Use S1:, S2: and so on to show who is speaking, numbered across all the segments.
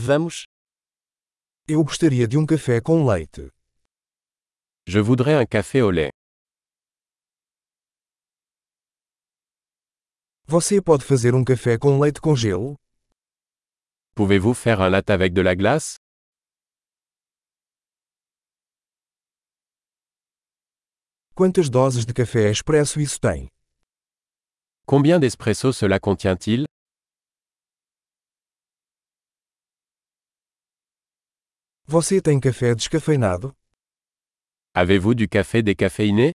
S1: Vamos.
S2: Eu gostaria de um café com leite.
S3: Je voudrais un café au lait.
S2: Você pode fazer um café com leite com gelo?
S3: Pouvez-vous faire un latte avec de la glace
S2: Quantas doses de café expresso isso tem?
S3: Combien d'espresso cela contient-il
S2: Você tem café descafeinado?
S3: Avez-vous du café décaféiné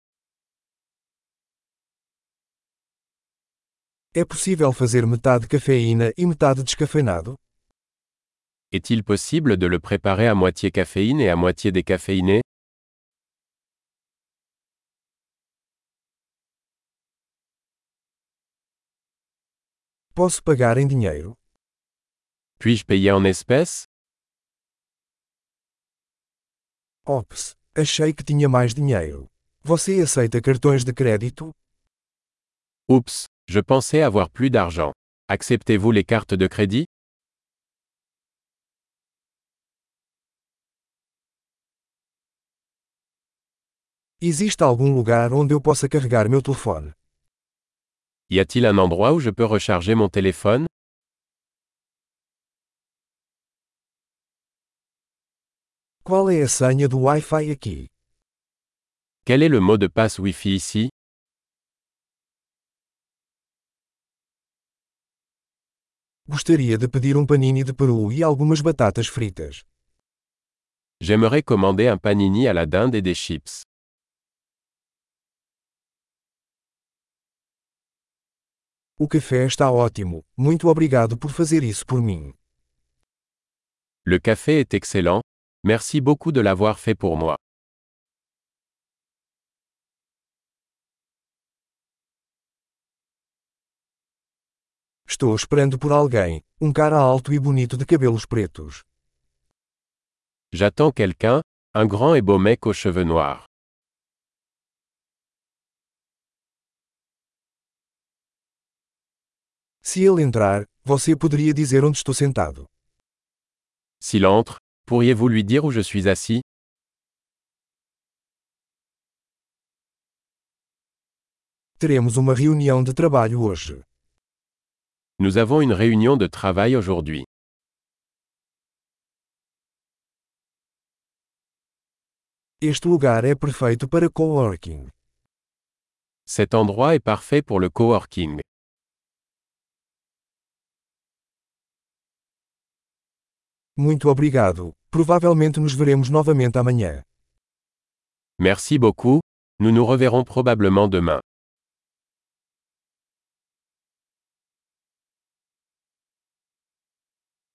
S2: É possível fazer metade cafeína e metade descafeinado?
S3: Est-il possible de le préparer à moitié caféine et à moitié décaféiné
S2: Posso pagar em dinheiro?
S3: Puis-je payer en espèces
S2: Ops, achei que tinha mais dinheiro. Você aceita cartões de crédito?
S3: Oups, je pensais avoir plus d'argent. Acceptez-vous les cartes de crédit
S2: Existe algum lugar onde eu possa carregar meu telefone?
S3: Y a-t-il un endroit où je peux recharger mon téléphone
S2: Qual é a senha do Wi-Fi aqui?
S3: Quel est le mot de passe Wi-Fi ici
S2: Gostaria de pedir um panini de peru e algumas batatas fritas.
S3: J'aimerais commander un panini à la dinde et des chips.
S2: O café está ótimo. Muito obrigado por fazer isso por mim.
S3: Le café est excellent. Merci beaucoup de l'avoir fait pour moi.
S2: Estou esperando por alguém, um cara alto e bonito de cabelos pretos.
S3: J'attends quelqu'un, un grand et beau mec aux cheveux noirs.
S2: Se ele entrar, você poderia dizer onde estou sentado.
S3: S'il entre, pourriez-vous lui dire où je suis assis
S2: Teremos uma reunião de trabalho hoje.
S3: Nous avons une réunion de travail aujourd'hui.
S2: Este lugar é perfeito para coworking.
S3: Cet endroit est parfait pour le coworking.
S2: Muito obrigado. Provavelmente nos veremos novamente amanhã.
S3: Merci beaucoup, nous nous reverrons probablement demain.